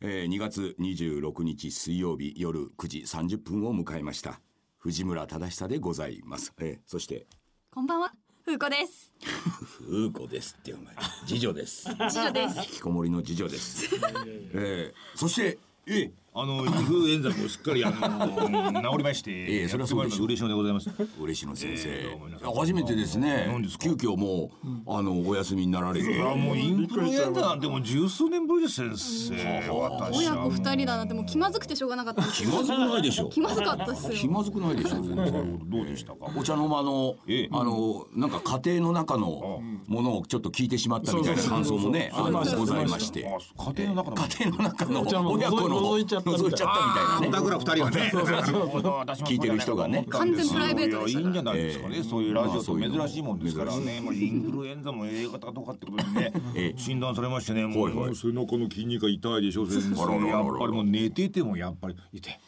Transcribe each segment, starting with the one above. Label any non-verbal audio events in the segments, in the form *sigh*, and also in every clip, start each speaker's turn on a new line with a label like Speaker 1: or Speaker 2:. Speaker 1: えー2月26日水曜日夜9時30分を迎えました藤村忠久でございます、えーそして
Speaker 2: こんばんは、ふうこです。
Speaker 1: 風子ですってお前次女
Speaker 3: *laughs*
Speaker 1: です
Speaker 2: 次女です。
Speaker 1: 引きこもりの次女です、えーそしてえー
Speaker 3: あの、インフルエンザもしっかり、あの、治りまして。
Speaker 1: ええそれはそうでしょう
Speaker 3: 嬉しいのでございます。
Speaker 1: 嬉野先生、
Speaker 3: えーどうも皆さん
Speaker 1: 初めてですね
Speaker 3: 何ですか
Speaker 1: 急遽もうあのお休みになられて、
Speaker 3: あ、もうインフルエンザなんてもう十数年ぶりです、先生。私
Speaker 2: 親
Speaker 3: は
Speaker 2: 子
Speaker 3: もう
Speaker 2: 二人だなんてもう気まずくてしょうがなかった。
Speaker 1: 気まずくないでしょ
Speaker 2: 気まずかったっす
Speaker 1: 気
Speaker 2: よ。
Speaker 1: まずくないでしょ全然
Speaker 3: どうでしたか
Speaker 1: お茶の間の、
Speaker 3: ええ
Speaker 1: あの、なんか家庭の中のものをちょっと聞いてしまったみたいな感想もね、あの、ございまして。
Speaker 3: あそう家庭の中のもの
Speaker 1: 家庭の中の
Speaker 4: お茶も
Speaker 1: 親子の、
Speaker 4: 覗いちゃったみたいな
Speaker 1: 覗いちゃったみたいなね。
Speaker 3: ら二人はね、聞
Speaker 1: 聞いてる人がね
Speaker 2: 完全プライベートでしたから
Speaker 3: いいんじゃないですかね、そういうラジオと珍しいもんですから
Speaker 1: まあそうい
Speaker 3: ね、まあ、インフルエンザも A 型とかってことで *laughs* ね、
Speaker 1: ええ
Speaker 3: 診断されましてね、もう、
Speaker 1: はいはい
Speaker 3: もう背中の筋肉が痛いでしょ、先生。
Speaker 1: あらららら
Speaker 3: やっぱりもう寝ててもやっぱり痛い。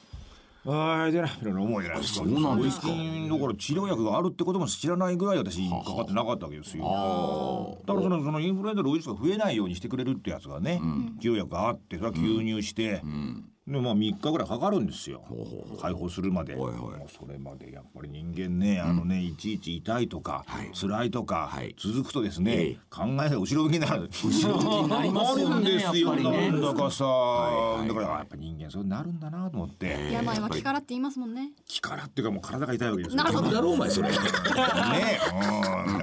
Speaker 3: ああ、出ない、みたいな思うじゃないです
Speaker 1: そ
Speaker 3: か。
Speaker 1: うなんですか
Speaker 3: 最近だから治療薬があるってことも知らないぐらい私かかってなかったわけですよ。だからそのそのインフルエンザのウイルスが増えないようにしてくれるってやつがね、治療薬があってそれは吸入して、でまあ3日ぐらいかかるんですよ解放するまで、
Speaker 1: はいはい
Speaker 3: もうそれまでやっぱり人間ねあのね、いちいち痛いとか、辛いとか、
Speaker 1: はい
Speaker 3: 続くとですね、
Speaker 1: ええ
Speaker 3: 考えが後ろ向きになる後ろ向きにな
Speaker 1: りますよね
Speaker 3: *laughs* るんですよ
Speaker 1: やっぱりね
Speaker 3: なんだかさ、
Speaker 1: はいはい
Speaker 3: だからやっぱ人間そうなるんだなと思って、
Speaker 2: 病は気からって言いますもんね。
Speaker 3: 気からっていうかもう体が痛いわけですよ
Speaker 2: なるほど
Speaker 1: だろお前 *laughs* それ。
Speaker 3: ね、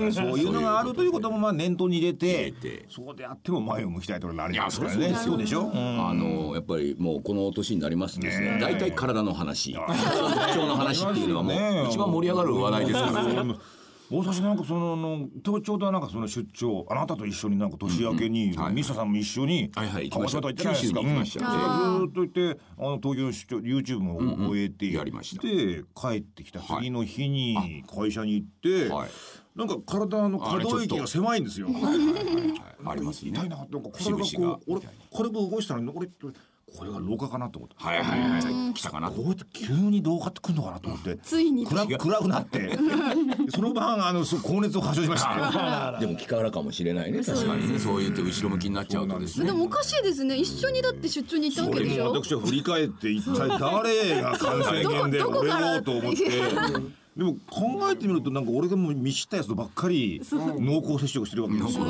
Speaker 3: うん、そういうのがあるということもまあ念頭に入れて
Speaker 1: 入れて
Speaker 3: そうであっても前を向きたいところがあるじゃないですか
Speaker 1: い
Speaker 3: ね
Speaker 1: や
Speaker 3: そうでしょ、うん
Speaker 1: あの、やっぱりもうこの年になりますとですね、大体体の話、腸の話っていうのはもう一番盛り上がる話題ですから。
Speaker 3: *laughs* 大橋なんかそのあの東京となんかその出張あなたと一緒になんか年明けに、
Speaker 1: はい
Speaker 3: ミサさんも一緒に
Speaker 1: はいはい行
Speaker 3: 鹿
Speaker 1: きま
Speaker 3: 児
Speaker 1: した
Speaker 3: 島とか行ったじゃないです
Speaker 1: 九州
Speaker 3: か
Speaker 1: に行きました
Speaker 3: うんずーっと行ってあの東京の出張 YouTube も終えて、
Speaker 1: やりました
Speaker 3: で帰ってきた次の日に会社に行って、
Speaker 1: はい
Speaker 3: なんか体の可動域が狭いんですよ。
Speaker 1: *laughs* ありますね。
Speaker 3: 痛いななんかこれが
Speaker 1: 節々が
Speaker 3: こう俺これも動いてたのに俺ってこれが老化かなと思って
Speaker 1: はいはいはい。来たかな
Speaker 3: こうやって急に老化ってくるのかなと思って
Speaker 2: ついに。
Speaker 3: 暗く暗くなって
Speaker 2: *laughs*
Speaker 3: その晩あのそう高熱を発症しました
Speaker 1: でも気からかもしれないね、確かにね。そう言って後ろ向きになっちゃうとですね
Speaker 2: で。もおかしいですね。一緒にだって出張に行ったわけでしょ。
Speaker 3: 私は振り返って一体誰が感染源で
Speaker 2: どこどこ
Speaker 3: 俺
Speaker 2: から
Speaker 3: をと思ってでも考えてみるとなんか俺がもう見知ったやつとばっかり濃厚接触してるわけですよ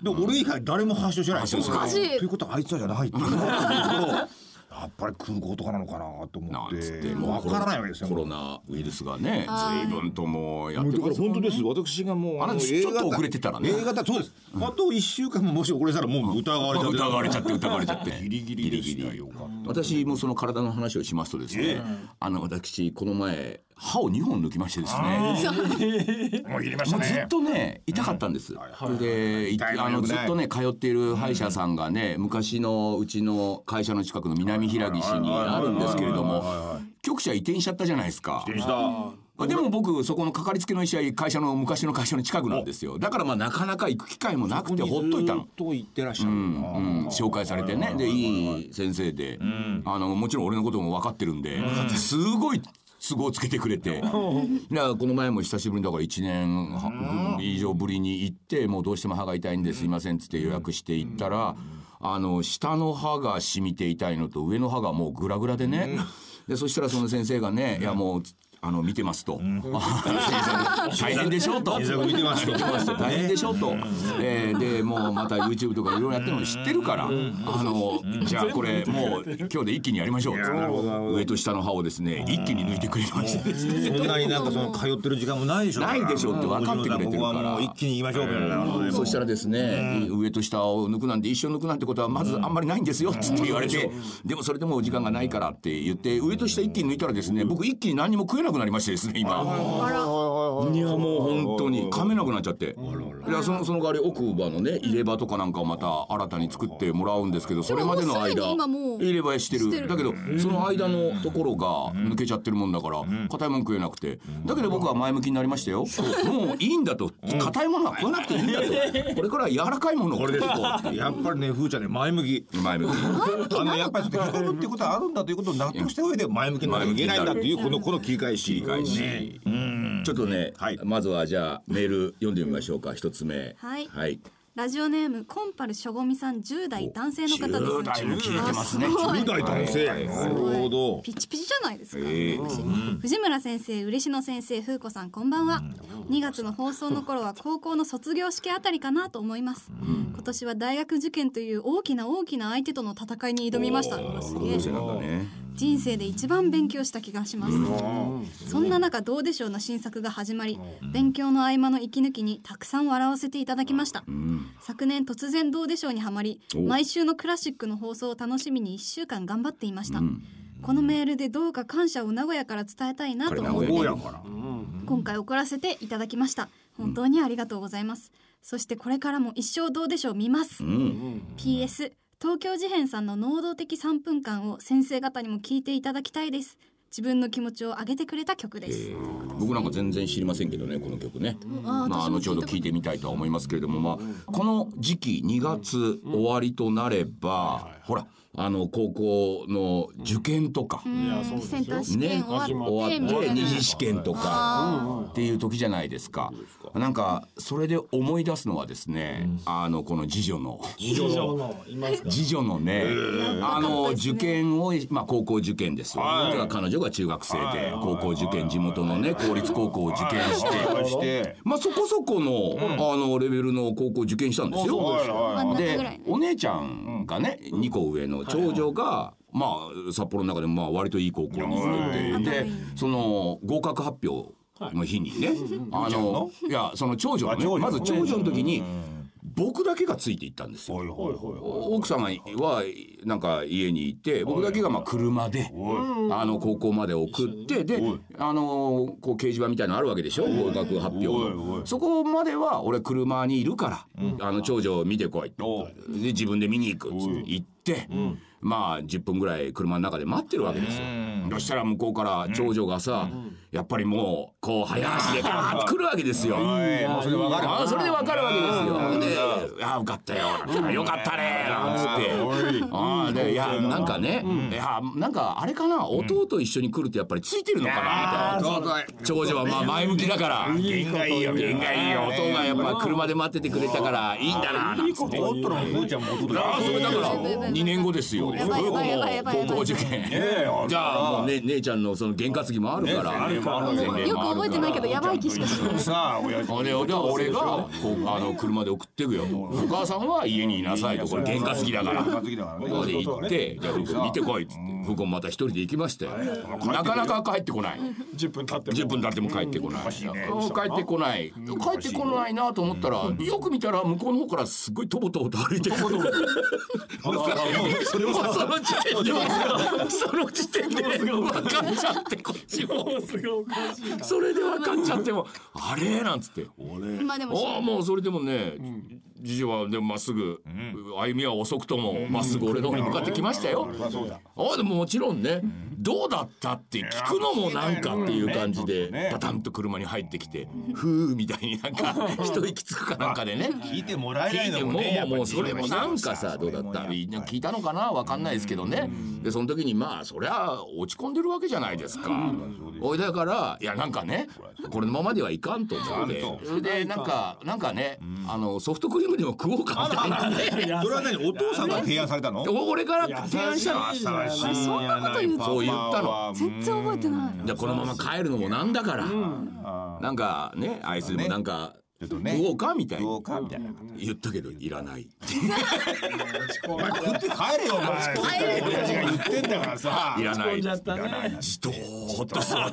Speaker 3: で俺以外誰も発症してない
Speaker 1: 発症してない
Speaker 2: おかしい
Speaker 3: ということはあいつらじゃないっていうことなんですけどやっぱり空港とかなのかなと思
Speaker 1: な
Speaker 3: っ
Speaker 1: んつって
Speaker 3: て
Speaker 1: もう
Speaker 3: わからないわけですよ
Speaker 1: コロナウイルスがね随分ともうやっ
Speaker 3: もう
Speaker 1: て
Speaker 3: だか
Speaker 1: ま
Speaker 3: ら
Speaker 1: す
Speaker 3: 本当です。私がもう
Speaker 1: あなた
Speaker 3: の
Speaker 1: ちょっと遅れてたらね
Speaker 3: A 型そうです。あと一週間ももし遅れたらもう疑われちゃって
Speaker 1: 疑われちゃって疑われちゃって
Speaker 3: ギリギリでしたよかった。
Speaker 1: 私もその体の話をしますとですね、あの私この前歯を2本抜きましてですね
Speaker 3: もう入れまし
Speaker 1: も
Speaker 3: た
Speaker 1: うず
Speaker 3: ね
Speaker 1: っ。とね痛かったんです、それでい
Speaker 3: 痛いの
Speaker 1: あの
Speaker 3: よく
Speaker 1: ず
Speaker 3: ない
Speaker 1: っとね通っている歯医者さんがね昔のうちの会社の近くの南平岸にあるんですけれども局舎移転しちゃったじゃないですか
Speaker 3: でした。
Speaker 1: あでも僕そこのかかりつけの医者会社の昔の会社の近くなんですよだからまあなかなか行く機会もなくてほっといたの
Speaker 3: ずっと言ってらっしゃる
Speaker 1: う
Speaker 3: な。
Speaker 1: ん紹介されてねでいい先生であのもちろん俺のことも分かってるんですごい都合つけてくれ *laughs* てだからこの前も久しぶりにだから1年半以上ぶりに行ってもうどうしても歯が痛いんですいませんっつって予約して行ったらあの下の歯が染みて痛いのと上の歯がもうグラグラでねでそしたらその先生がね「いやもうあの見てます」と「 *laughs* 大変でしょ」 *laughs* と。
Speaker 3: 検索見てました
Speaker 1: 見てますよ大変でしょと、えーでもうまた YouTube とかいろいろやってるの知ってるから、あのじゃあこれもう今日で一気にやりましょう
Speaker 3: なるほどなるほど
Speaker 1: 上と下の歯をですね一気に抜いてくれましてですね
Speaker 3: そんなになんかその通ってる時間もないでしょ。
Speaker 1: ないでしょって分かってくれてるから
Speaker 3: ここはもう一気に言いましょうみたいな。
Speaker 1: そしたらですね、上と下を抜くなんて一生抜くなんてことはまずあんまりないんですよつって言われて、でもそれでもお時間がないからって言って上と下一気に抜いたらですね僕一気に何にも食えなくなりましてですね今。いやもう本当に噛めなくなっちゃっていやそのその代わり奥歯のね入れ歯とかなんかをまた新たに作ってもらうんですけどそれまでの
Speaker 2: でももうすで
Speaker 1: 間
Speaker 2: に今もう
Speaker 1: 入れ歯して
Speaker 2: して
Speaker 1: る
Speaker 2: る
Speaker 1: だけどその間のところが抜けちゃってるもんだから硬いもん食えなくてだけど僕は前向きになりましたよもういいんだと硬いものは食わなくていいんだとこれからは柔らかいものを食っていこうっていう
Speaker 3: やっぱりね、ふーちゃんね、前向き。
Speaker 1: 前向き
Speaker 3: あのやっぱり引き込むっていうことはあるんだということを納得した上で前向きにならなきゃいけないんだっていうこのこの切り返し切り
Speaker 1: 返しちょっとね
Speaker 3: はい
Speaker 1: まずはじゃあメール読んでみましょうか一つ目
Speaker 2: はい
Speaker 1: はい
Speaker 2: ラジオネームコンパルしょごみさん10代男性の方です
Speaker 1: 10代も聞いてますね
Speaker 2: あすごい
Speaker 3: 10代男性
Speaker 1: はい
Speaker 3: なるほど
Speaker 2: ピチピチじゃないですか、
Speaker 1: ええ
Speaker 2: 私藤村先生嬉野先生風子さんこんばんは、2月の放送の頃は高校の卒業試験あたりかなと思います、今年は大学受験という大きな大きな相手との戦いに挑みましたすげえ
Speaker 1: 同性なんだね
Speaker 2: 人生で一番勉強した気がします、そんな中どうでしょうの新作が始まり、勉強の合間の息抜きにたくさん笑わせていただきました、昨年突然どうでしょうにはまり
Speaker 1: お
Speaker 2: 毎週のクラシックの放送を楽しみに1週間頑張っていました、このメールでどうか感謝を名古屋から伝えたいなと思っ
Speaker 1: これ名古
Speaker 2: て
Speaker 1: 屋
Speaker 3: やから
Speaker 2: 今回送らせていただきました本当にありがとうございます、そしてこれからも一生どうでしょう見ます、PS 東京事変さんの能動的3分間を先生方にも聞いていただきたいです自分の気持ちを上げてくれた曲です、
Speaker 1: えー僕なんか全然知りませんけどねこの曲ね、
Speaker 2: あー
Speaker 1: まあ
Speaker 2: 私も
Speaker 1: 後ほど聞いてみたいとは思いますけれども、まあ、この時期2月終わりとなれば、ほらあの高校の受験とか、
Speaker 2: うん
Speaker 4: やそうです
Speaker 2: セ
Speaker 4: よ
Speaker 2: ンター試験終わっ
Speaker 1: 終
Speaker 2: て
Speaker 1: わっ
Speaker 2: み
Speaker 1: て
Speaker 2: たい
Speaker 1: 二
Speaker 2: な
Speaker 1: 次試験とかっていう時じゃないですか。なんかそれで思い出すのはですね、あのこの次女の
Speaker 4: 以上のいますか
Speaker 1: 次女のね、あの受験をまあ高校受験ですよ。
Speaker 3: はい
Speaker 1: だから彼女が中学生
Speaker 3: はい
Speaker 1: で高校受験地元のね公立高校を受験し
Speaker 3: はい
Speaker 1: て。
Speaker 3: して
Speaker 1: まあそこそこの、あのレベルの高校受験したんですよ。
Speaker 3: はい
Speaker 2: 真ん
Speaker 3: は
Speaker 2: 中
Speaker 1: で
Speaker 2: ぐらいね
Speaker 1: お姉ちゃんがね2個上の長女が、まあ札幌の中でもまあ割といい高校に行ってて
Speaker 2: はい
Speaker 1: でその合格発表の日にね、あのいやその長女の
Speaker 3: あ長
Speaker 1: ね
Speaker 3: 女
Speaker 1: まず長女の時に僕だけがついていったんですよ。
Speaker 3: いはいは
Speaker 1: 奥様はなんか家にいて僕だけがまあ車であの高校まで送ってで
Speaker 3: おい
Speaker 1: あのこう掲示板みたいなのあるわけでしょ合格発表
Speaker 3: おいお
Speaker 1: の
Speaker 3: い
Speaker 1: そこまでは俺車にいるからあの長女を見てこい
Speaker 3: お
Speaker 1: で自分で見に行くっつって行ってまあ10分ぐらい車の中で待ってるわけですよそしたら向こうから長女がさやっぱりもうこう早足でガーッと来るわけですよ。
Speaker 3: いはいもうそれわかる
Speaker 1: あそれでわかるわけですよ。で、あ受かったよ。よかったね。なんつって。あーでいやなんかね、いやなんかあれかな弟と一緒に来るとやっぱりついてるのかなみたいな。長女はまあ前向きだから。
Speaker 3: 弦がいいよ
Speaker 1: 縁がいいよ。弟がやっぱ車で待っててくれたからいいんだな。なんつって
Speaker 3: おっとのふーちゃんも弟だ
Speaker 1: あーそれだから二年後ですよ。
Speaker 2: やばいやばいやばいやばいや
Speaker 1: 高
Speaker 2: ばい
Speaker 1: 校受験。
Speaker 3: ええ
Speaker 1: じゃあもうね姉ちゃんのその験担ぎもあるから。
Speaker 3: ねあるから
Speaker 1: 前例
Speaker 2: よく
Speaker 1: もあるから
Speaker 2: 覚えてないけどやばい気しかしない
Speaker 3: さあ親父
Speaker 1: あれをじゃあ俺がこうあの車で送ってくよとお母さんは家にいなさいとこれ喧嘩好きだから。
Speaker 3: 験
Speaker 1: こ
Speaker 3: 担ぎだからね
Speaker 1: こで行って、じゃあ、福君見てこいっつって、福君また一人で行きましたよ。なかなか帰ってこない。
Speaker 4: 10分経っても
Speaker 1: 10分経っても帰ってこない。うん帰ってこない。帰ってこないなと思ったら、よく見たら、向こうの方からすごいとぼとぼと歩いてくる。それはその時点で、その時点で、分かっちゃって、こっちも。
Speaker 4: すごいおかしい
Speaker 1: それで分かっちゃっても、あれなんつって。
Speaker 2: まあでも
Speaker 1: ああもうそれでもね、次女はでもまっすぐ、歩みは遅くともまっすぐ俺の方に向かってきましたよ。ああでももちろんね、どうだったって聞くのもなんかっていう感じでパタンと車に入ってきて、ふうみたいになんか一息つくかなんかでね。
Speaker 3: 聞いてもらえな
Speaker 1: 聞
Speaker 3: い
Speaker 1: いて
Speaker 3: の
Speaker 1: も
Speaker 3: も
Speaker 1: う
Speaker 3: ねやっぱ
Speaker 1: も
Speaker 3: り
Speaker 1: うそれもなんかさどうだったみんな聞いたのかなわかんないですけどねでその時にまあそりゃ落ち込んでるわけじゃないですかおいだからいやなんかねこれのままではいかんと思って
Speaker 3: なんと
Speaker 1: それでなんかなんかねあのソフトクリームでも食おうかみたいな
Speaker 3: *laughs*
Speaker 1: ね
Speaker 3: それは何お父さんが提案されたの
Speaker 1: で俺から提案したの
Speaker 3: 優しい
Speaker 2: そんなこと言う
Speaker 1: そう言ったの
Speaker 2: 全然覚えてない
Speaker 1: じゃあこのまま帰るのもなんだからなんかねアイスでもなんか
Speaker 3: ちょっとね
Speaker 1: 食おうかみたい
Speaker 3: ど
Speaker 1: な
Speaker 3: うかみたいな
Speaker 1: 言ったけどいらない
Speaker 3: お前食って帰れよお前親父が言ってんだからさ
Speaker 1: いらない
Speaker 4: 飛んじゃったね
Speaker 1: じとーっと座っ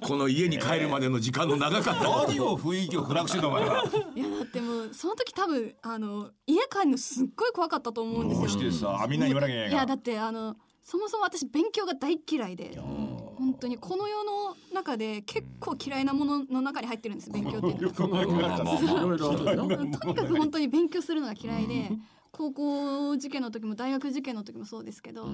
Speaker 1: てこの家に帰るまでの時間の長かった
Speaker 3: 何を雰囲気を暗くしてんのお前はい
Speaker 2: やだってもうその時多分あの家帰るのすっごい怖かったと思うんです
Speaker 3: ど
Speaker 2: よ
Speaker 3: うしてさあみんなに言わなきゃい
Speaker 2: い
Speaker 3: けな
Speaker 2: や
Speaker 3: いか
Speaker 2: だってあのそもそも私勉強が大嫌いで本当にこの世の中で結構嫌いなものの中に入ってるんです勉強っていうのは
Speaker 4: この役
Speaker 1: まあまあまあ
Speaker 4: いろいろ
Speaker 1: *laughs*
Speaker 2: とにかく本当に勉強するのが嫌いで高校受験の時も大学受験の時もそうですけど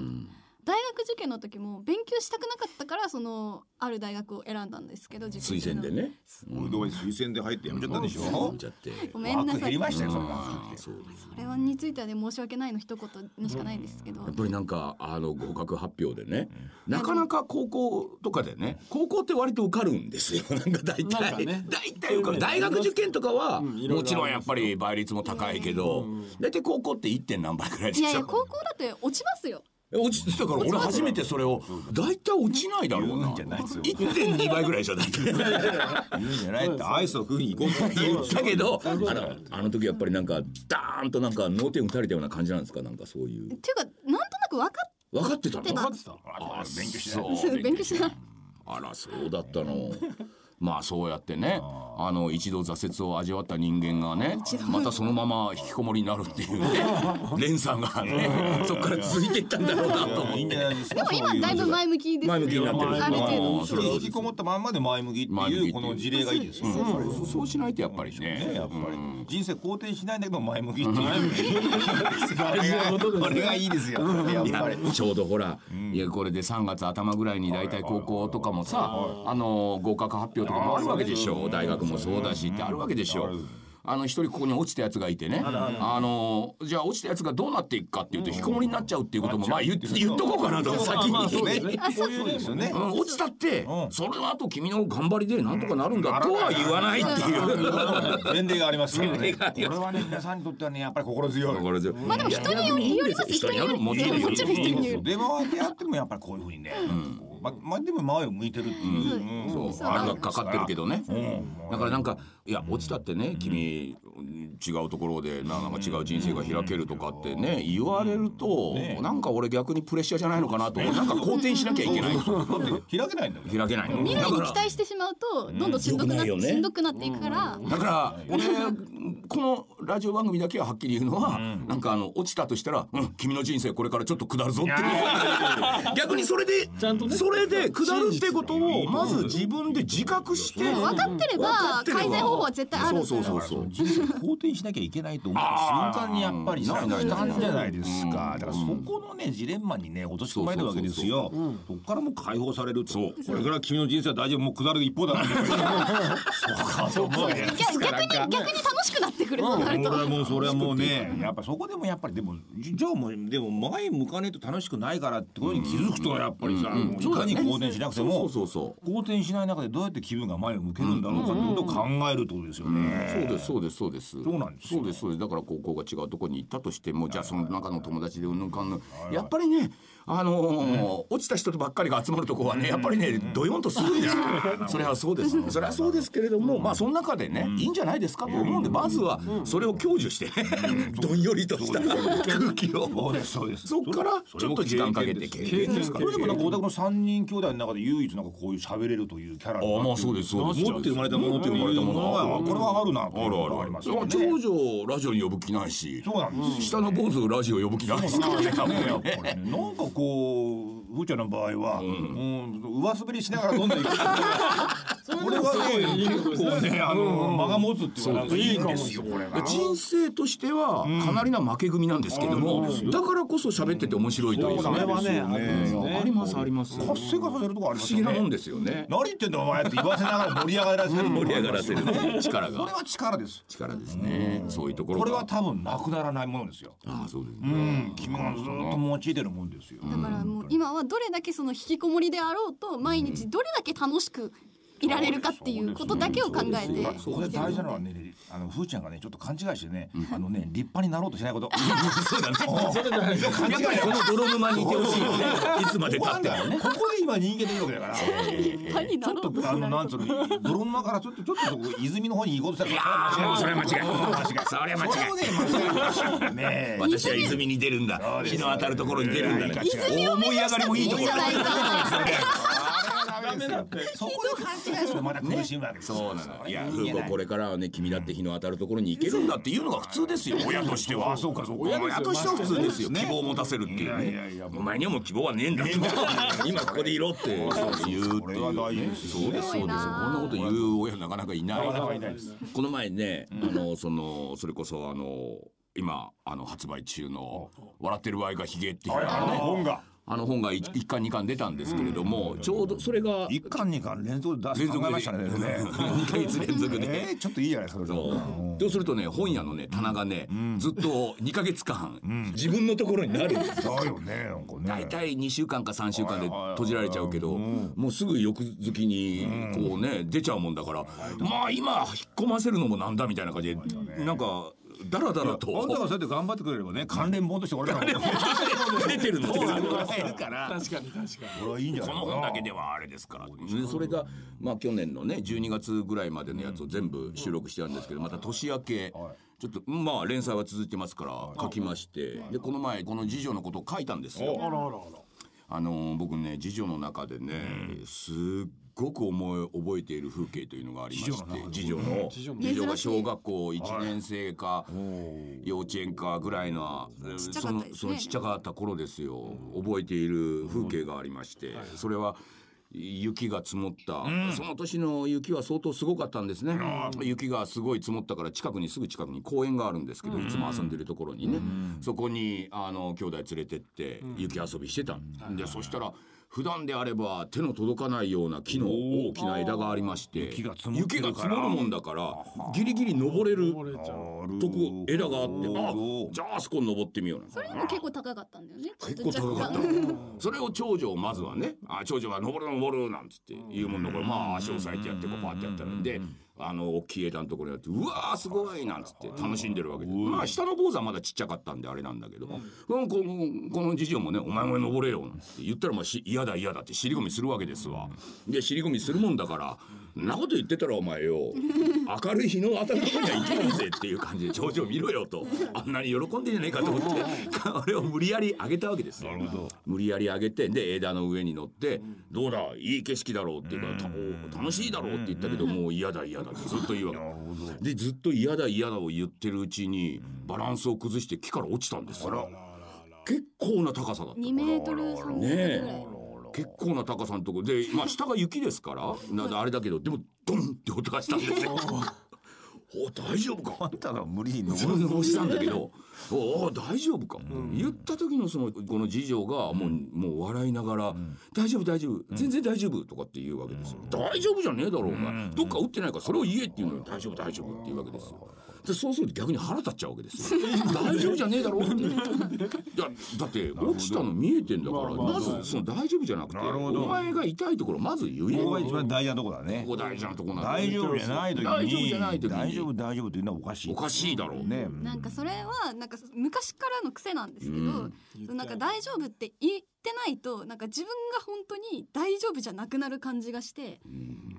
Speaker 2: 大学受験の時も勉強したくなかったからそのある大学を選んだんですけど受験
Speaker 1: 推薦でね
Speaker 3: 俺どうせ推薦で入ってやめちゃったでしょ。
Speaker 1: やっちゃって
Speaker 2: ごめんな
Speaker 3: 枠
Speaker 2: さ
Speaker 3: 減
Speaker 2: い
Speaker 3: りましたよそれは
Speaker 1: あ。ーそうです
Speaker 2: これはについてはね申し訳ないの一言にしかないですけど、
Speaker 1: やっぱりなんかあの合格発表でね、なかなか高校とかでね高校って割と受かるんですよなんか大
Speaker 4: なんか
Speaker 1: 体、
Speaker 4: ね
Speaker 1: 大体受かる大学受験とかは、
Speaker 4: うんいろいろありますよ
Speaker 1: もちろんやっぱり倍率も高いけど、大体高校って 1. 点何倍くらいでし
Speaker 2: い
Speaker 1: ょ
Speaker 2: やいや高校だって落ちますよ
Speaker 1: え落ちだから俺初めてそれを大体落ちないだろう
Speaker 3: 言う
Speaker 1: なん
Speaker 3: じゃないですよ
Speaker 1: 1.2倍ぐらいでしょだって。 *laughs*
Speaker 3: 言うんじゃないってアイスを食いに行こうって言った
Speaker 1: だけどあ
Speaker 4: うだ
Speaker 1: のあの時やっぱりなんかダーンとなんか脳天打たれたような感じなんですかなんかそういう
Speaker 2: っていうかなんとなく分か
Speaker 1: 分かってたの
Speaker 2: 分かって
Speaker 4: た
Speaker 1: あ勉強し
Speaker 2: っ勉強しない
Speaker 1: あらそうだったの。まあそうやってねあの一度挫折を味わった人間がねまたそのまま引きこもりになるっていうね連さんがねそこから続いていったんだろうなと思っ
Speaker 3: いいんじ
Speaker 1: て
Speaker 3: ゃないですか。
Speaker 2: でも今だいぶ前向きですよ
Speaker 1: 前向きになってる
Speaker 2: ある程
Speaker 1: ま
Speaker 2: 度
Speaker 1: あそれは
Speaker 3: 引きこもったまんまで前向きっていうこの事例がいいですよ。
Speaker 1: うんそうそうしないとやっぱり
Speaker 3: ね
Speaker 1: ね
Speaker 3: やっぱり人生肯定しないんだけど前 *laughs* 向きっていう
Speaker 4: 大事なことです
Speaker 3: これがいいですよやっ
Speaker 1: いや
Speaker 3: ぱり
Speaker 1: ちょうどほら、いやこれで3月頭ぐらいに大体高校とかもさ、あの合格発表とかもあるわけでしょ大学もそうだしってあるわけでしょ。あの一人ここに落ちたやつがいてね、あのじゃあ落ちたやつがどうなっていくかっていうと引きこもりになっちゃうっていうこともまあ言っ言っとこうかなと先
Speaker 3: まあそう
Speaker 1: に。
Speaker 3: ねそういうですよね
Speaker 1: うん落ちたって、
Speaker 3: うん
Speaker 1: それの後君の頑張りでなんとかなるんだとは言わないっていう。
Speaker 3: 前例がありますからねこれはね皆さんにとってはねやっぱり心強い
Speaker 1: まあ
Speaker 2: でも人によりよります
Speaker 1: 人によるもちろん
Speaker 2: もちろん人による
Speaker 3: 出回ってやってもやっぱりこういうふうにね、こうままでも前を向いてるっていう、ん
Speaker 1: そう
Speaker 2: そう
Speaker 1: あれがかかってるけどね。
Speaker 3: ん
Speaker 1: だからなんかいや落ちたってね君違うところでななんか違う人生が開けるとかってね言われると
Speaker 3: ね
Speaker 1: なんか俺逆にプレッシャーじゃないのかなとなんか好転しなきゃいけない開
Speaker 3: だって開けないんだもん
Speaker 1: けない
Speaker 2: 未来
Speaker 1: の
Speaker 2: に
Speaker 1: だ
Speaker 2: 期
Speaker 1: から
Speaker 2: 待してしまうとどんどんしんどくな,、
Speaker 1: うんよくないよね
Speaker 2: しんどくなっていくから、
Speaker 1: だから俺このラジオ番組だけははっきり言うのはなんかあの落ちたとしたらうん君の人生これからちょっと下る *laughs* ぞっていう逆にそれで
Speaker 4: ちゃんとね
Speaker 1: それで下るってことをまず自分で自覚して
Speaker 2: 分かってれば
Speaker 1: ってれば
Speaker 2: 改善方法は絶対ある
Speaker 1: そうそうそうそう
Speaker 3: 人生肯定しなきゃいけないと思った瞬間にやっぱりさ
Speaker 1: あーないな
Speaker 3: 負
Speaker 1: いない
Speaker 3: 担じゃないですかだからそこのねジレンマにね落とし込まれるわけですよそこからもう解放されるとこれから君の人生は大丈夫もう下る一方だなそうかそう思うね
Speaker 2: 逆に逆に楽しくなってくるそうなる
Speaker 3: 俺
Speaker 2: と、
Speaker 3: はもうそれはもうねやっぱそこでもやっぱりでもじじゃあもうでも前向かねえと楽しくないからってことに気づくとやっぱりさ、もういかに好転しなくて
Speaker 1: そうそ
Speaker 3: も
Speaker 1: うそうそう
Speaker 3: 好転しない中でどうやって気分が前を向けるんだろうかってことを考えるってことですよ
Speaker 1: そう
Speaker 3: ね。
Speaker 1: ですそうですそうです。
Speaker 3: そうなんですよ
Speaker 1: そうですそうですだから高校が違うところに行ったとしてもじゃあその中の友達でうんぬんかんぬんやっぱりねあのー落ちた人ばっかりが集まるとこはねやっぱりねどよんとするんですよ。それはそうです。それはそうですけれどもまあその中でねいいんじゃないですかと思うんでまずはそれを享受してね *laughs* どんよりとした空気
Speaker 3: そ
Speaker 1: を
Speaker 3: うですそうです
Speaker 1: そっからちょっと時間かけて経験です
Speaker 3: それでもなんかお宅の三人兄弟の中で唯一なんかこういう喋れるというキャラ
Speaker 1: ああまあそうですそうです
Speaker 3: 持って生まれたものっていう
Speaker 1: 持って生まれたもの
Speaker 3: はこれはあるなと
Speaker 1: あ
Speaker 3: いう
Speaker 1: る
Speaker 3: のが
Speaker 1: あ
Speaker 3: り
Speaker 1: る
Speaker 3: ま。す
Speaker 1: それ
Speaker 3: よ
Speaker 1: は
Speaker 3: ね
Speaker 1: 長女をラジオに呼ぶ気ないし。
Speaker 3: そうなんですよ
Speaker 1: 下の坊主をラジオ呼ぶ気ないですからね多分ね *laughs*
Speaker 3: やっぱりねなんかこうふーちゃんの場合は、うん上滑りしながら飲んでい *laughs* くこれはね結構ねあの、間が持つっていうのはなんかいいんですよこれが
Speaker 1: 人生としてはかなりな負け組なんですけども、だからこそ喋ってて面白いという
Speaker 4: それはねあります
Speaker 1: ね
Speaker 4: ね
Speaker 1: ありますあります不
Speaker 3: 活性化させるとこあります
Speaker 1: 思議
Speaker 3: よ
Speaker 1: なもん
Speaker 3: ね
Speaker 1: ですよね
Speaker 3: 何言ってんだお前って言わせながら盛り上がらせる *laughs* 盛
Speaker 1: 盛り上がらせるね力
Speaker 3: これ
Speaker 1: が
Speaker 3: は力です
Speaker 1: 力ですねそういうところ
Speaker 3: これは
Speaker 1: が
Speaker 3: 多分なくならないものですよ
Speaker 1: ああそうです
Speaker 3: う
Speaker 1: ね
Speaker 3: ん君がずっと用いてるもんですよ
Speaker 2: だからもう今はどれだけその引きこもりであろうと毎日どれだけ楽しくいられるかっていうことだけを考えて
Speaker 3: ここで大事なのはね、あのふーちゃんがね、ちょっと勘違いしてね、あのね、立派になろうとしないこと。そうだね。勘
Speaker 1: やっぱ
Speaker 3: 違い
Speaker 1: りこの泥沼にいてほしいよねいつまで
Speaker 3: ここな
Speaker 1: たっ
Speaker 3: ん
Speaker 1: て
Speaker 3: だよ
Speaker 1: も
Speaker 3: ね。ここで今人間でいるわけだから。ち
Speaker 2: 立派になろう
Speaker 3: ょっとあのなんつうの、泥沼からちょっとちょっとそこ泉の方に行こうとした
Speaker 1: あ
Speaker 3: ら
Speaker 1: あそれは間違い
Speaker 3: 間違い。
Speaker 1: それは間違
Speaker 3: それ
Speaker 1: い
Speaker 3: をね、間違いね。
Speaker 1: 私は泉に出るんだ
Speaker 3: うです
Speaker 1: 日の当たるところに出るんだね
Speaker 2: 泉を目
Speaker 1: 思い上
Speaker 2: 指
Speaker 1: が
Speaker 2: し
Speaker 1: り
Speaker 2: た
Speaker 1: も
Speaker 2: らい
Speaker 1: いい
Speaker 2: い
Speaker 1: とこ
Speaker 2: じ
Speaker 1: ろ
Speaker 2: ゃないか
Speaker 3: ダメだって。そこで勘違いするとまだ苦しむわけですよ。
Speaker 1: そうなの。いや、
Speaker 3: そ
Speaker 1: 風
Speaker 3: れ
Speaker 1: 子これからはね、君だって日の当たるところに行けるんだっていうのが普通ですよ。親としては。
Speaker 3: あそうかそうか
Speaker 1: 親としては普通ですよ。
Speaker 3: まあ
Speaker 1: 希望を持たせるっていう
Speaker 3: いやいやい
Speaker 1: ね
Speaker 3: や。
Speaker 1: お前にはもう希望はねえんだ。今ここでいろって言うっていう。
Speaker 3: これは大事です
Speaker 1: そう
Speaker 3: よ
Speaker 1: で
Speaker 3: ね
Speaker 1: す。そうです。こんなこと言う親なかなかいない。
Speaker 3: なかなかいないです。
Speaker 1: この前ね、あのそのそれこそあの今あの発売中の笑ってる場合がヒゲっていうのがね。
Speaker 3: 本が。
Speaker 1: あの本が一一巻二巻出たんですけれども、ちょうどそれが
Speaker 3: 一巻二巻連続で出
Speaker 1: 連
Speaker 3: す
Speaker 1: 続
Speaker 3: 考え
Speaker 1: で
Speaker 3: ましたね。でもね
Speaker 1: 2ヶ月連続で
Speaker 3: え。ーちょっといいじゃないですか。それ
Speaker 1: そう
Speaker 3: うん
Speaker 1: そうするとね本屋のね棚がね、ずっと2ヶ月間、自分のところにな
Speaker 3: *laughs*
Speaker 1: るんですよ
Speaker 3: だよねなんかね。
Speaker 1: 大体2週間か3週間で閉じられちゃうけど、
Speaker 3: はいはいはいうん
Speaker 1: もうすぐ翌月にこうね出ちゃうもんだから、まあ今引っ込ませるのもなんだみたいな感じでなんかダラダラと
Speaker 3: あんたがそうやって頑張ってくれればね関連本として俺らも
Speaker 1: 出てるの
Speaker 3: えるから。
Speaker 4: 確かに確か
Speaker 3: これはいいんじゃ
Speaker 1: こ
Speaker 3: ない
Speaker 1: の
Speaker 3: か
Speaker 1: 本
Speaker 3: な
Speaker 1: だけではあれですからねそれがまあ去年のね12月ぐらいまでのやつを全部収録してあるんですけどまた年明け
Speaker 3: はい
Speaker 1: ちょっとまあ連載は続いてますから書きましてでこの前この次女のことを書いたんですよ
Speaker 4: に。あらあらあら。
Speaker 1: あのー僕ね次女の中でねすっごく思い覚えている風景というのがありまして次女の
Speaker 4: 次女も
Speaker 1: 次女が
Speaker 2: 珍しい
Speaker 1: 小学校1年生か幼稚園かぐらいの
Speaker 2: ちっちゃ
Speaker 1: そ
Speaker 2: か
Speaker 1: の
Speaker 2: ったですね
Speaker 1: そのちっちゃかった頃ですよ覚えている風景がありましてそれは雪が積もった、その年の雪は相当すごかったんですね、雪がすごい積もったから近くにすぐ近くに公園があるんですけど、いつも遊んでるところにね、そこにあの兄弟連れてって雪遊びしてた、ん、でそしたら普段であれば手の届かないような木の大きな枝がありまして
Speaker 3: 雪が積もってるから
Speaker 1: 雪が積もるもんだからギリギリ登れる
Speaker 4: これちゃん。
Speaker 1: とこ枝があってあ
Speaker 3: おー
Speaker 1: じゃああそこに登ってみようなんて
Speaker 2: それでも結構高かったんだよね
Speaker 1: 結構高かった
Speaker 2: ちょっと若干
Speaker 1: それを長女をまずはね「あ長女は登る登る」なんつって言うもんだからまあ足を押さえてやってこうパーってやったらであの大きい枝のところにやって「うわーすごい」なんつって楽しんでるわけでまあ下の坊主はまだちっちゃかったんであれなんだけど、うん、このこの次女もね「お前も登れよ」なんて言ったらまあし嫌だ嫌だって尻込みするわけですわ。で尻込みするもんだから「んなこと言ってたらお前 *laughs* よ明るい日の当たるとこには行けないぜ」っていう感じで「長女見ろよ」とあんなに喜んでんじゃねえかと思ってあれを無理やり上げたわけですよ。
Speaker 3: なるほど。
Speaker 1: 無理やり上げてで枝の上に乗って「どうだいい景色だろう」っていうからた「お楽しいだろう」って言ったけどもう嫌だ嫌だってず
Speaker 3: *laughs*
Speaker 1: っと言うわ
Speaker 3: なるほど。
Speaker 1: けでずっと嫌だ嫌だを言ってるうちにバランスを崩して木から落ちたんですよ結構な高さだった
Speaker 2: 2メートル3メートルぐらい
Speaker 1: ね結構な高さのところ *laughs* でまあ下が雪ですからなあれだけどでもドンって音がしたんですよ *laughs* お大丈夫か
Speaker 3: あんたが無理に
Speaker 1: 自
Speaker 3: 登
Speaker 1: 分
Speaker 3: る
Speaker 1: で押したんだけど「おお大丈夫か」言った時のそのこの次女がもう,、もう笑いながら「大丈夫大丈夫全然大丈夫」とかって言うわけですよ「大丈夫じゃねえだろお前どっか打ってないからそれを言え」っていうのに「大丈夫大丈夫」って言うわけですよ。でそうすると逆に腹立っちゃうわけ
Speaker 3: *laughs*
Speaker 1: ですよ。大丈夫じゃねえだろって言って。いやだって落ちたの見えてんだからまずその大丈夫じゃなくて
Speaker 3: なるほど
Speaker 1: お前が痛いところまず言え。
Speaker 3: ここが
Speaker 1: こ
Speaker 3: 一番大事なとこだね
Speaker 1: こ大事なとこなんだ
Speaker 3: 大丈夫じゃない時に
Speaker 1: 大丈夫じゃない時に
Speaker 3: 大丈夫大丈夫っていうのはおかしい
Speaker 1: おかしいだろう。
Speaker 3: ね
Speaker 2: なんかそれはなんか昔からの癖なんですけど、
Speaker 1: うん
Speaker 2: そのなんか大丈夫って言ってないとなんか自分が本当に大丈夫じゃなくなる感じがして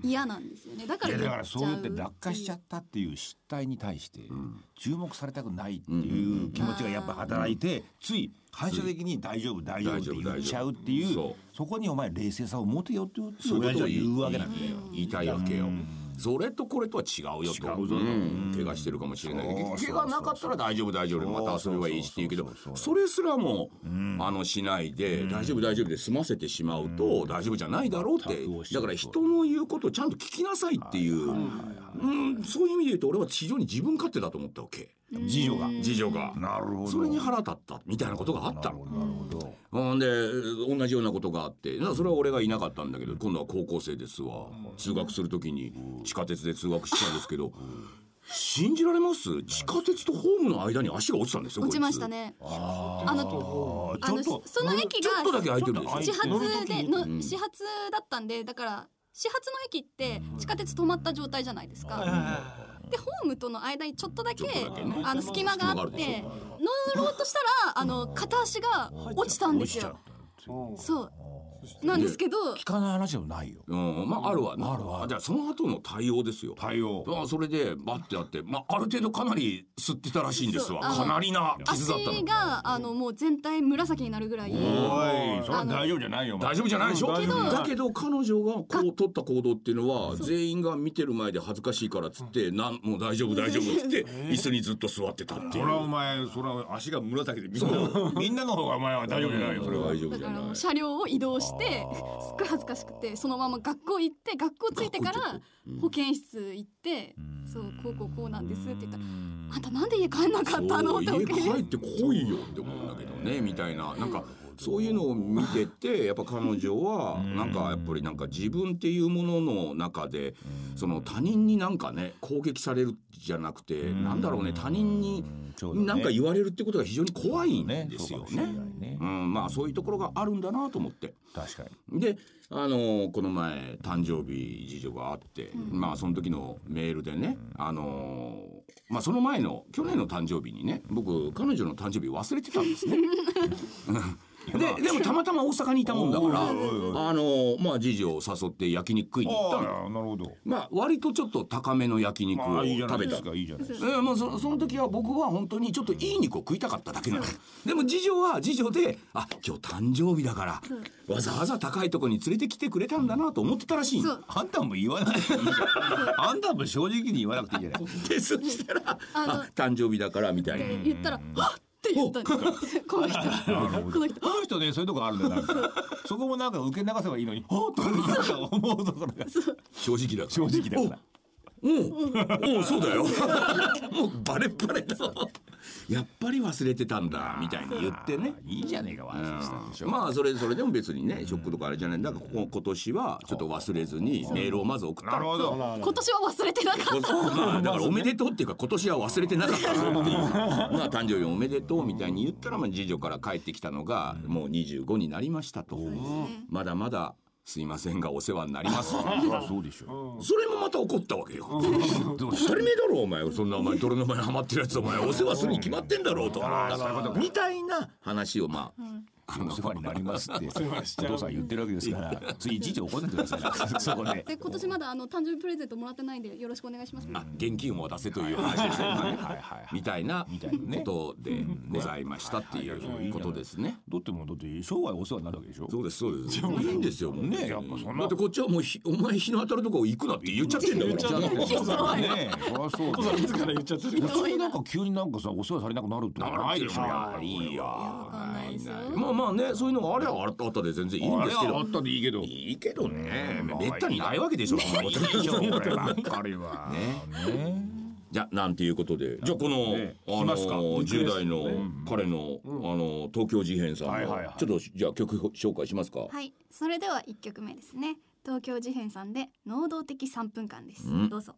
Speaker 2: 嫌なんですよねだか
Speaker 3: い
Speaker 2: ら
Speaker 3: や
Speaker 2: 言っち
Speaker 3: だ
Speaker 2: ゃ
Speaker 3: からそうやって落下しちゃったっていう失態に対して注目されたくないっていう気持ちがやっぱ働いてつい反射的に大丈夫大丈夫って言っちゃうってい
Speaker 1: 大
Speaker 3: う
Speaker 1: 丈夫大丈
Speaker 3: そこにお前冷静さを持てよって
Speaker 1: そういう
Speaker 3: 親
Speaker 1: こ
Speaker 3: 父
Speaker 1: とを
Speaker 3: は言うわけなんだよ。
Speaker 1: 言いたいわけよ。それとこれとは違うよと。
Speaker 3: 違うぞと
Speaker 1: ん怪我してるかもしれないけ
Speaker 3: そう
Speaker 1: ど、
Speaker 3: そう
Speaker 1: 怪我なかったら大丈夫大丈夫でまた遊べばいいしって言うけ
Speaker 3: そ
Speaker 1: ど
Speaker 3: うそうそ、うそ
Speaker 1: それすらも、あの、しないで、大丈夫大丈夫で済ませてしまうと、大丈夫じゃないだろうって
Speaker 3: 全くおっ。しゃ
Speaker 1: だから
Speaker 3: る通り
Speaker 1: 人の言うことをちゃんと聞きなさいっていう、うんそういう意味で言うと俺は非常に自分勝手だと思ったわけ。
Speaker 3: 次女が。
Speaker 1: 事情が。
Speaker 3: なるほど。
Speaker 1: それに腹立ったみたいなことがあったの。
Speaker 3: なるほど。
Speaker 1: ほんで同じようなことがあってなそれは俺がいなかったんだけど今度は高校生ですわ通学するときに地下鉄で通学してたんですけど信じられます地下鉄とホームの間に足が落ちたんですよ
Speaker 2: 落ちました
Speaker 1: こい
Speaker 2: ね
Speaker 3: あ
Speaker 2: あ
Speaker 3: あ
Speaker 2: の
Speaker 3: ー。
Speaker 2: あ
Speaker 3: ちょ
Speaker 2: の
Speaker 3: っと
Speaker 2: その
Speaker 1: つ
Speaker 2: 駅
Speaker 1: ちょ
Speaker 2: が
Speaker 1: っとだけ空いてるでしょ
Speaker 2: 始発
Speaker 3: 乗る時
Speaker 2: で
Speaker 3: に
Speaker 2: の始発だったんでだから始発の駅って地下鉄止まった状態じゃないですか、でホームとの間にちょっとだけ
Speaker 1: ちょっとだけね
Speaker 2: あの隙間が
Speaker 1: 隙間
Speaker 2: あ
Speaker 1: があ
Speaker 2: っ
Speaker 1: るでして
Speaker 2: 乗ろうとしたらあの片足が落ちたんですよ。そうなんですけど
Speaker 3: 聞かない話でもないよ。
Speaker 1: うんまああるわな
Speaker 3: あるわ
Speaker 1: じゃあその後の対応ですよ
Speaker 3: 対応。
Speaker 1: あそれでバッてやって、まあ、ある程度かなり吸ってたらしいんですわ
Speaker 2: そうあの
Speaker 1: かなりな傷
Speaker 2: 足
Speaker 1: だったの
Speaker 2: があのもう全体紫になるぐらい
Speaker 3: おい、それは大丈夫じゃないよ。お前
Speaker 1: 大丈夫じゃないでしょ、
Speaker 3: うん大丈夫じゃない
Speaker 1: だけど彼女がこう取った行動っていうのは全員が見てる前で恥ずかしいからっつってなんもう大丈夫大丈夫っつって椅子にずっと座ってたってい
Speaker 3: それはお
Speaker 1: う。
Speaker 3: 前、それは足が紫でみんな、みんなの方がお前は大丈夫じゃないよ。
Speaker 1: それは大丈夫
Speaker 2: だ
Speaker 1: じ
Speaker 2: か
Speaker 1: ゃ
Speaker 2: ら
Speaker 1: な
Speaker 2: もう
Speaker 1: い。
Speaker 2: 車両を移動してすっごい恥ずかしくてそのまま学校行って学校着いてか
Speaker 1: 学校
Speaker 2: ら保健室行って「そうこうこうこうなんです」って言ったら「あんたなんで家帰んなかったの?」って
Speaker 1: そう
Speaker 2: 保
Speaker 1: 家
Speaker 2: 健
Speaker 1: 帰ってこいよって思うんだけどねみたいななんかそういうのを見ててやっぱ彼女はなんかやっぱりなんか自分っていうものの中でその他人になんかね攻撃されるじゃなくてなんだろうね他人になんか言われるってことが非常に怖いんですよ
Speaker 3: そうかもしれ
Speaker 1: ね。
Speaker 3: ないね
Speaker 1: うん、まあそういうところがあるんだなと思って。
Speaker 3: 確かに
Speaker 1: であのこの前誕生日事情があって、まあその時のメールでねあのまあその前の去年の誕生日にね僕彼女の誕生日忘れてたんですね。ででもたまたま大阪にいたもんだから
Speaker 3: おいおいおい
Speaker 1: あのまあ次女を誘って焼肉食いに行った
Speaker 3: ああ
Speaker 1: の。
Speaker 3: なるほど
Speaker 1: まあ割とちょっと高めの焼肉
Speaker 3: ま
Speaker 1: を
Speaker 3: あいいじゃな
Speaker 1: 食べ
Speaker 3: いで
Speaker 1: た
Speaker 3: すかいいじゃないですか
Speaker 1: えー、もうそその時は僕は本当にちょっといい肉を食いたかっただけなのでも次女は次女であ今日誕生日だからわざわざ高いとこに連れてきてくれたんだなと思ってたらしい
Speaker 2: そ
Speaker 1: の
Speaker 2: う
Speaker 3: あんたも言わなくていいじゃんあんたも正直に言わなくていいじゃ *laughs* ない
Speaker 1: でそしたら
Speaker 2: あの
Speaker 1: あ誕生日だからみたいな
Speaker 2: って言ったら「はっ!」って言ったんです *laughs* この人この人
Speaker 3: この人ねそういうとこあるんだよなんかそこもなんか受け流せばいいのにおっとなんか思うところが
Speaker 1: 正直だから
Speaker 3: 正直だから
Speaker 1: おおうそうだよ *laughs* もうバレバレだやっぱり忘れてたんだみたいに言ってね
Speaker 3: あいいじゃねえか忘れてたんでしょ
Speaker 1: まあそれそれでも別にねショックとかあれじゃないんだからここ今年はちょっと忘れずにメールをまず送った
Speaker 3: なる
Speaker 1: の
Speaker 3: ほど
Speaker 2: 今年は忘れてなかった
Speaker 1: まあだからおめでとうっていうか今年は忘れてなかった
Speaker 3: *laughs*
Speaker 1: ぞっていうまあ誕生日おめでとうみたいに言ったらまあ次女から帰ってきたのがもう25になりましたと
Speaker 2: ね
Speaker 1: まだまだすいませんがお世話になります
Speaker 3: *laughs* そうでしょ
Speaker 1: それもまた怒ったわけよ当たり前だろお前そんなお前泥沼にハマってるやつお前お世話するに決まってんだろうとみたいな話をまああ
Speaker 3: お
Speaker 1: の
Speaker 3: 世話になりますってお
Speaker 4: 話しちゃう
Speaker 3: 父さん言ってるわけですからついいちいち怒んないでくださ
Speaker 1: *laughs*
Speaker 3: いそこで
Speaker 2: で今年まだあの誕生日プレゼントもらってないんでよろしくお願いします
Speaker 1: あ現金を渡せという話ですよ
Speaker 3: はい
Speaker 1: ね
Speaker 3: はいはい
Speaker 1: みたいな
Speaker 3: みたいなね
Speaker 1: ことでございましたっていうことですね。
Speaker 3: だってもうだって生涯お世話になるわけでしょ
Speaker 1: そうですそうです。いいんですよもう
Speaker 3: ねやっぱそんな
Speaker 1: だってこっちはもうひお前日の当たるとこ行くなって言っちゃってんだから。
Speaker 4: 言っちゃって
Speaker 1: だ
Speaker 3: そうだねそりゃそう
Speaker 4: お父
Speaker 3: だ
Speaker 4: さん自ら言っちゃってる
Speaker 3: 普通なんか急になんかさお世話されなくなるってことないでしょ
Speaker 1: からいいよ。
Speaker 2: わかんないですよ
Speaker 1: まあまあねそういうのがあれはあったで全然いいん
Speaker 3: あ
Speaker 1: で
Speaker 3: れ
Speaker 1: すけ
Speaker 3: はあ
Speaker 1: ど
Speaker 3: っ。たでいいけどい
Speaker 1: いいけどね
Speaker 3: まあ
Speaker 1: めったにないわけでしょ。そんなこと
Speaker 3: いよこれ *laughs* ばっかりはね
Speaker 1: じゃなんていうことでじゃあこの
Speaker 3: ね
Speaker 1: あ
Speaker 3: 来
Speaker 1: の
Speaker 3: ますか
Speaker 1: 10代の彼のあの東京事変さん
Speaker 3: はいはい
Speaker 1: の
Speaker 3: はい
Speaker 1: ちょっとじゃあ曲紹介しますか。
Speaker 2: はいそれでは一曲目ですね東京事変さんで能動的三分間です
Speaker 1: うん
Speaker 2: どうぞ